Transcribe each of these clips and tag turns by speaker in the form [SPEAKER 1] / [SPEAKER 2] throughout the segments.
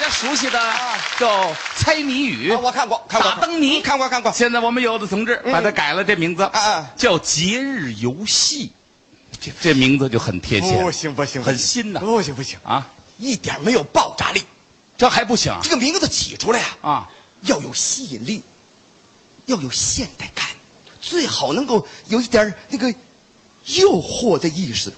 [SPEAKER 1] 家熟悉的叫猜谜语
[SPEAKER 2] 啊啊，我看过，看过，
[SPEAKER 1] 打灯谜
[SPEAKER 2] 看过看过。
[SPEAKER 1] 现在我们有的同志把它改了这名字，
[SPEAKER 2] 嗯
[SPEAKER 1] 叫节日游戏，这这名字就很贴切，
[SPEAKER 2] 不哦行不行，哦
[SPEAKER 1] 很新呐
[SPEAKER 2] 不行不行，
[SPEAKER 1] 啊，
[SPEAKER 2] 一点没有爆炸力。
[SPEAKER 1] 这还不行啊
[SPEAKER 2] 这个名字起出来啊，
[SPEAKER 1] 啊！
[SPEAKER 2] 要有吸引力，要有现代感，最好能够有一点儿那个诱惑的意识。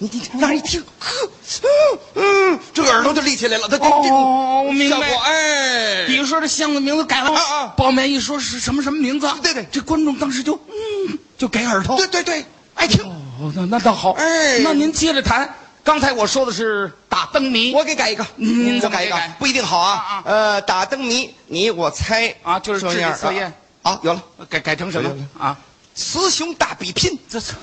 [SPEAKER 2] 你你让人一听，呵，嗯嗯，这个耳朵就立起来了。他
[SPEAKER 1] 哦我明白
[SPEAKER 2] 效果哎，
[SPEAKER 1] 比如说这箱子名字改了，
[SPEAKER 2] 啊啊
[SPEAKER 1] 报面一说是什么什么名字，
[SPEAKER 2] 对对
[SPEAKER 1] 这观众当时就嗯就给耳朵
[SPEAKER 2] 对。对对，爱听。
[SPEAKER 1] 哦，那那倒好，
[SPEAKER 2] 哎
[SPEAKER 1] 那您接着谈。刚才我说的是打灯谜，
[SPEAKER 2] 我给改一个，
[SPEAKER 1] 嗯
[SPEAKER 2] 我
[SPEAKER 1] 怎么
[SPEAKER 2] 改一个
[SPEAKER 1] 给改，
[SPEAKER 2] 不一定好啊。
[SPEAKER 1] 啊啊
[SPEAKER 2] 呃，打灯谜，你我猜
[SPEAKER 1] 啊就是
[SPEAKER 2] 这
[SPEAKER 1] 智力
[SPEAKER 2] 样
[SPEAKER 1] 测验
[SPEAKER 2] 啊啊有了，
[SPEAKER 1] 改改成什
[SPEAKER 2] 哎
[SPEAKER 1] 么啊？
[SPEAKER 2] 雌雄大比拼，
[SPEAKER 1] 这这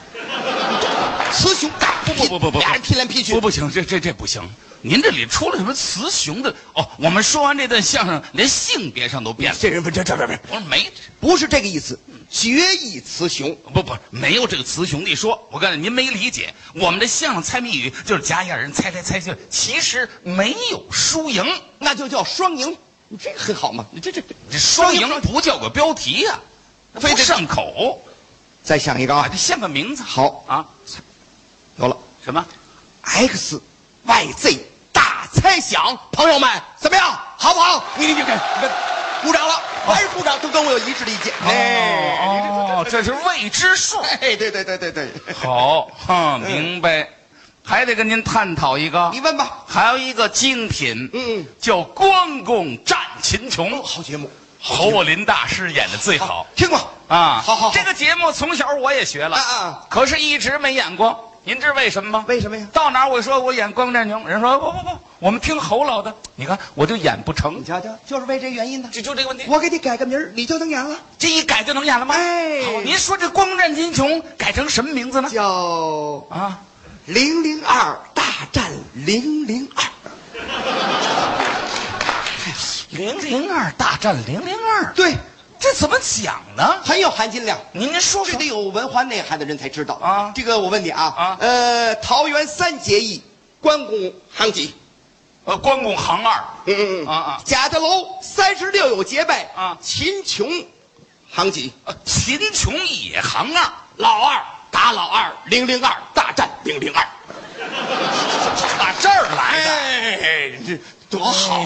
[SPEAKER 2] 雌雄大比拼
[SPEAKER 1] 不不不不不
[SPEAKER 2] 俩人拼来拼去
[SPEAKER 1] 不，不行，这这这不行。您这里出了什么雌雄的？哦，我们说完这段相声，连性别上都变了。
[SPEAKER 2] 这人不这这这这
[SPEAKER 1] 我说没，
[SPEAKER 2] 不是这个意思，决一雌雄。
[SPEAKER 1] 不不，没有这个雌雄的一说。我告诉您，您没理解，我们这相声猜谜语就是假眼人猜猜猜猜，其实没有输赢。
[SPEAKER 2] 那就叫双赢，你这个很好嘛。
[SPEAKER 1] 你这这这双赢不叫个标题呀、啊，
[SPEAKER 2] 非
[SPEAKER 1] 非
[SPEAKER 2] 得
[SPEAKER 1] 得上口，
[SPEAKER 2] 再想一个
[SPEAKER 1] 啊，
[SPEAKER 2] 啊
[SPEAKER 1] 这，像个名字
[SPEAKER 2] 好
[SPEAKER 1] 啊？
[SPEAKER 2] 有了
[SPEAKER 1] 什么？
[SPEAKER 2] ，X Y Z 大猜想，朋友们怎么样？好不好？
[SPEAKER 1] 你你你看，
[SPEAKER 2] 鼓掌了，凡是鼓掌都跟我有一致的意见。哎，
[SPEAKER 1] 哦，这是未知数。
[SPEAKER 2] 哎，对对对对对，
[SPEAKER 1] 好，哈，明白。还得跟您探讨一个
[SPEAKER 2] 你，问吧。
[SPEAKER 1] 还有一个精品，
[SPEAKER 2] 嗯，
[SPEAKER 1] 叫《关公战秦琼》，
[SPEAKER 2] 哦好节目，
[SPEAKER 1] 侯宝林大师演的最好
[SPEAKER 2] 听过
[SPEAKER 1] 啊。
[SPEAKER 2] 好好好
[SPEAKER 1] 这个节目从小我也学了
[SPEAKER 2] 啊啊，
[SPEAKER 1] 可是一直没演过。您知为什么吗？
[SPEAKER 2] 为什么呀
[SPEAKER 1] 到哪儿我说我演关公战秦琼，人说不不不，我们听侯老的，你看我就演不成
[SPEAKER 2] 你，瞧瞧，就是为这原因呢。
[SPEAKER 1] 就就这个问题。
[SPEAKER 2] 我给你改个名儿，你就能演了，
[SPEAKER 1] 这一改就能演了吗？
[SPEAKER 2] 哎
[SPEAKER 1] 好您说这关公战秦琼改成什么名字呢？
[SPEAKER 2] 叫
[SPEAKER 1] 啊，
[SPEAKER 2] 零零二大战零零二。
[SPEAKER 1] 零零二大战零零二，
[SPEAKER 2] 对，
[SPEAKER 1] 这怎么讲呢？
[SPEAKER 2] 很有含金量。
[SPEAKER 1] 您您说
[SPEAKER 2] 这
[SPEAKER 1] 说
[SPEAKER 2] 得有文化内涵的人才知道
[SPEAKER 1] 啊
[SPEAKER 2] 这个我问你啊，
[SPEAKER 1] 啊
[SPEAKER 2] 呃，桃园三结义，关公行几？
[SPEAKER 1] 呃，关公行二，
[SPEAKER 2] 嗯
[SPEAKER 1] 啊啊
[SPEAKER 2] 贾德楼三十六友结拜
[SPEAKER 1] 啊
[SPEAKER 2] 秦琼行几？
[SPEAKER 1] 呃秦琼也行二，
[SPEAKER 2] 啊老二打老二，零零二大战零零二。
[SPEAKER 1] 打这儿来的。
[SPEAKER 2] 哎，这多好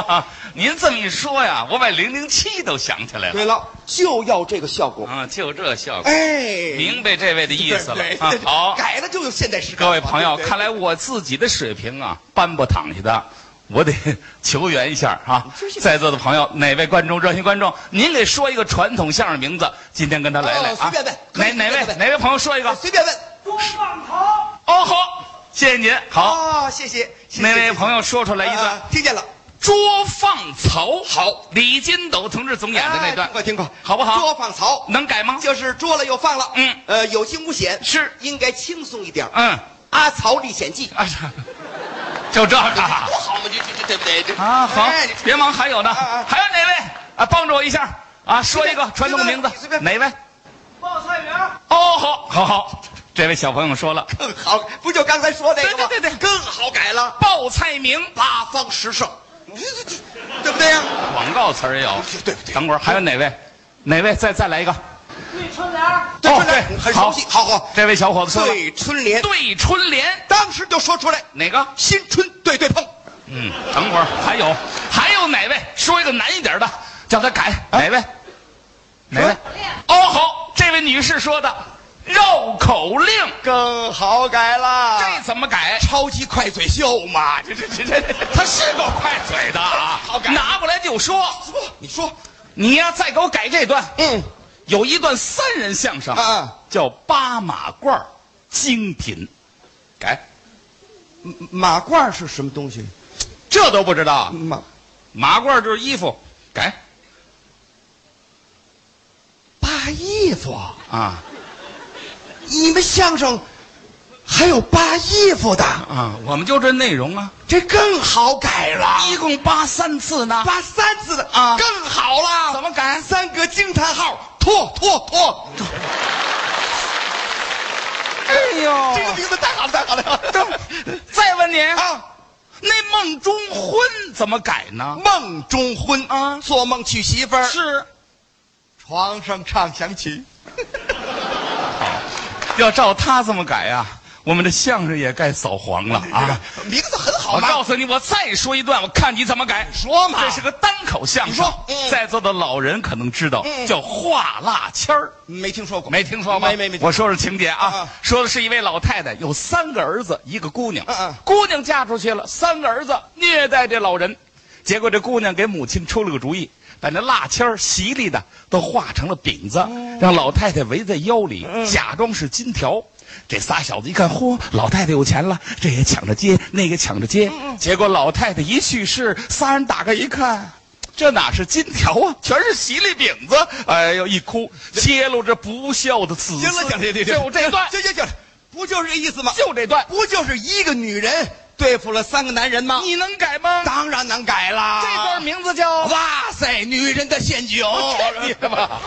[SPEAKER 2] 啊！
[SPEAKER 1] 哎您这么一说呀，我把零零七都想起来了。
[SPEAKER 2] 对了，就要这个效果。
[SPEAKER 1] 啊，就这效果，
[SPEAKER 2] 哎，
[SPEAKER 1] 明白这位的意思了
[SPEAKER 2] 对对
[SPEAKER 1] 啊
[SPEAKER 2] 对。
[SPEAKER 1] 好，
[SPEAKER 2] 改了就有现代诗。
[SPEAKER 1] 各位朋友，
[SPEAKER 2] 对
[SPEAKER 1] 看来我自己的水平啊，搬不躺下的，我得求援一下啊
[SPEAKER 2] 真是。
[SPEAKER 1] 在座的朋友，哪位观众、热心观众，您给说一个传统相声名字，今天跟他来来
[SPEAKER 2] 哦
[SPEAKER 1] 啊。
[SPEAKER 2] 随便问可以
[SPEAKER 1] 哪哪
[SPEAKER 2] 随
[SPEAKER 1] 位
[SPEAKER 2] 便哎问
[SPEAKER 1] 哪位朋友说一个？
[SPEAKER 2] 随便问。
[SPEAKER 1] 哦，好，谢谢您。好，
[SPEAKER 2] 啊，谢谢。谢谢
[SPEAKER 1] 那
[SPEAKER 2] 谢
[SPEAKER 1] 位
[SPEAKER 2] 谢
[SPEAKER 1] 朋友说出来一段
[SPEAKER 2] 啊，听见了。
[SPEAKER 1] 捉放曹，好，李金斗同志总演的那段
[SPEAKER 2] 哎听，过听过，
[SPEAKER 1] 好不好
[SPEAKER 2] 捉放曹
[SPEAKER 1] 能改吗？
[SPEAKER 2] 就是捉了又放了，
[SPEAKER 1] 嗯
[SPEAKER 2] 呃，有惊无险，
[SPEAKER 1] 是
[SPEAKER 2] 应该轻松一点。
[SPEAKER 1] 嗯，
[SPEAKER 2] 阿曹历险记，
[SPEAKER 1] 啊，就这个啊
[SPEAKER 2] 多好嘛，这这这对不对？这
[SPEAKER 1] 好
[SPEAKER 2] 哎，
[SPEAKER 1] 别忙，还有呢，
[SPEAKER 2] 啊啊
[SPEAKER 1] 还有哪位啊？帮着我一下啊，说一个传统的名字
[SPEAKER 2] 随便，
[SPEAKER 1] 哪位？
[SPEAKER 3] 报菜名儿，
[SPEAKER 1] 哦，好，好好，这位小朋友说了，
[SPEAKER 2] 更好，不就刚才说那个吗？
[SPEAKER 1] 对对对对
[SPEAKER 2] 更好改了，
[SPEAKER 1] 报菜名
[SPEAKER 2] 八方十胜，你这这对不对呀？
[SPEAKER 1] 广告词儿也有，
[SPEAKER 2] 对不对
[SPEAKER 1] 等会儿还有哪位？哪位？再再来一个。
[SPEAKER 3] 对春联儿，
[SPEAKER 2] 对
[SPEAKER 1] 哦
[SPEAKER 2] 春联很熟悉，好好。
[SPEAKER 1] 这位小伙子说了，
[SPEAKER 2] 对春联，
[SPEAKER 1] 对春联
[SPEAKER 2] 当时就说出来，
[SPEAKER 1] 哪个？
[SPEAKER 2] 新春对对碰，
[SPEAKER 1] 嗯，等会儿还有还有哪位说一个难一点的，叫他改、哪位？哪位？哦，好，这位女士说的绕口令，
[SPEAKER 2] 更好改了。
[SPEAKER 1] 这怎么改？
[SPEAKER 2] 超级快嘴秀嘛，
[SPEAKER 1] 这这这这，他是够快嘴的啊！
[SPEAKER 2] 好改
[SPEAKER 1] 拿过来就说。
[SPEAKER 2] 说你说，
[SPEAKER 1] 你呀，再给我改这段，
[SPEAKER 2] 嗯，
[SPEAKER 1] 有一段三人相声，
[SPEAKER 2] 啊啊
[SPEAKER 1] 叫八马褂儿精品，改
[SPEAKER 2] 马褂是什么东西？
[SPEAKER 1] 这都不知道啊？
[SPEAKER 2] 马
[SPEAKER 1] 马褂儿就是衣服，改
[SPEAKER 2] 扒衣服啊，
[SPEAKER 1] 啊
[SPEAKER 2] 你们相声还有扒衣服的，
[SPEAKER 1] 啊！我们就这内容啊，
[SPEAKER 2] 这更好改了。
[SPEAKER 1] 一共扒三次呢。
[SPEAKER 2] 扒三次的
[SPEAKER 1] 啊
[SPEAKER 2] 更好了。
[SPEAKER 1] 怎么改
[SPEAKER 2] 三个惊叹号，拓拓拓！
[SPEAKER 1] 哎呦哎
[SPEAKER 2] 这个名字太好了，太好了。
[SPEAKER 1] 再问您
[SPEAKER 2] 啊，
[SPEAKER 1] 那梦中婚怎么改呢？
[SPEAKER 2] 梦中婚
[SPEAKER 1] 啊
[SPEAKER 2] 做梦娶媳妇儿，
[SPEAKER 1] 是，
[SPEAKER 2] 床上唱响起。
[SPEAKER 1] 要照他这么改呀、我们的相声也该扫黄 了啊！
[SPEAKER 2] 名字很好
[SPEAKER 1] 我
[SPEAKER 2] 嘛
[SPEAKER 1] 告，诉你，我再说一段，我看你怎么改。
[SPEAKER 2] 说嘛
[SPEAKER 1] 这是个单口相声。
[SPEAKER 2] 你说嗯
[SPEAKER 1] 在座的老人可能知道，
[SPEAKER 2] 嗯
[SPEAKER 1] 叫画蜡签儿。
[SPEAKER 2] 没听说过，
[SPEAKER 1] 没听说过，
[SPEAKER 2] 没没没听
[SPEAKER 1] 我说说情节啊，
[SPEAKER 2] 啊啊
[SPEAKER 1] 说的是一位老太太有三个儿子，一个姑娘，
[SPEAKER 2] 嗯嗯
[SPEAKER 1] 啊姑娘嫁出去了，三个儿子虐待这老人，结果这姑娘给母亲出了个主意，把那蜡签儿淅沥的都画成了饼子，
[SPEAKER 2] 哦
[SPEAKER 1] 让老太太围在腰里，
[SPEAKER 2] 嗯
[SPEAKER 1] 假装是金条。这仨小子一看，嚯，老太太有钱了，这也抢着接，那个抢着接，
[SPEAKER 2] 嗯
[SPEAKER 1] 结果老太太一去世，仨人打开一看。这哪是金条啊，全是洗礼饼子！哎呦，一哭揭露这不孝的子嗣。
[SPEAKER 2] 行了，行了，行了行了
[SPEAKER 1] 就这段，
[SPEAKER 2] 行行行了，不就是这意思吗？
[SPEAKER 1] 就这段，
[SPEAKER 2] 不就是一个女人对付了三个男人吗？
[SPEAKER 1] 你能改吗？
[SPEAKER 2] 当然能改啦。
[SPEAKER 1] 这段名字叫
[SPEAKER 2] 哇塞，女人的陷阱！
[SPEAKER 1] 啊我去你的吧！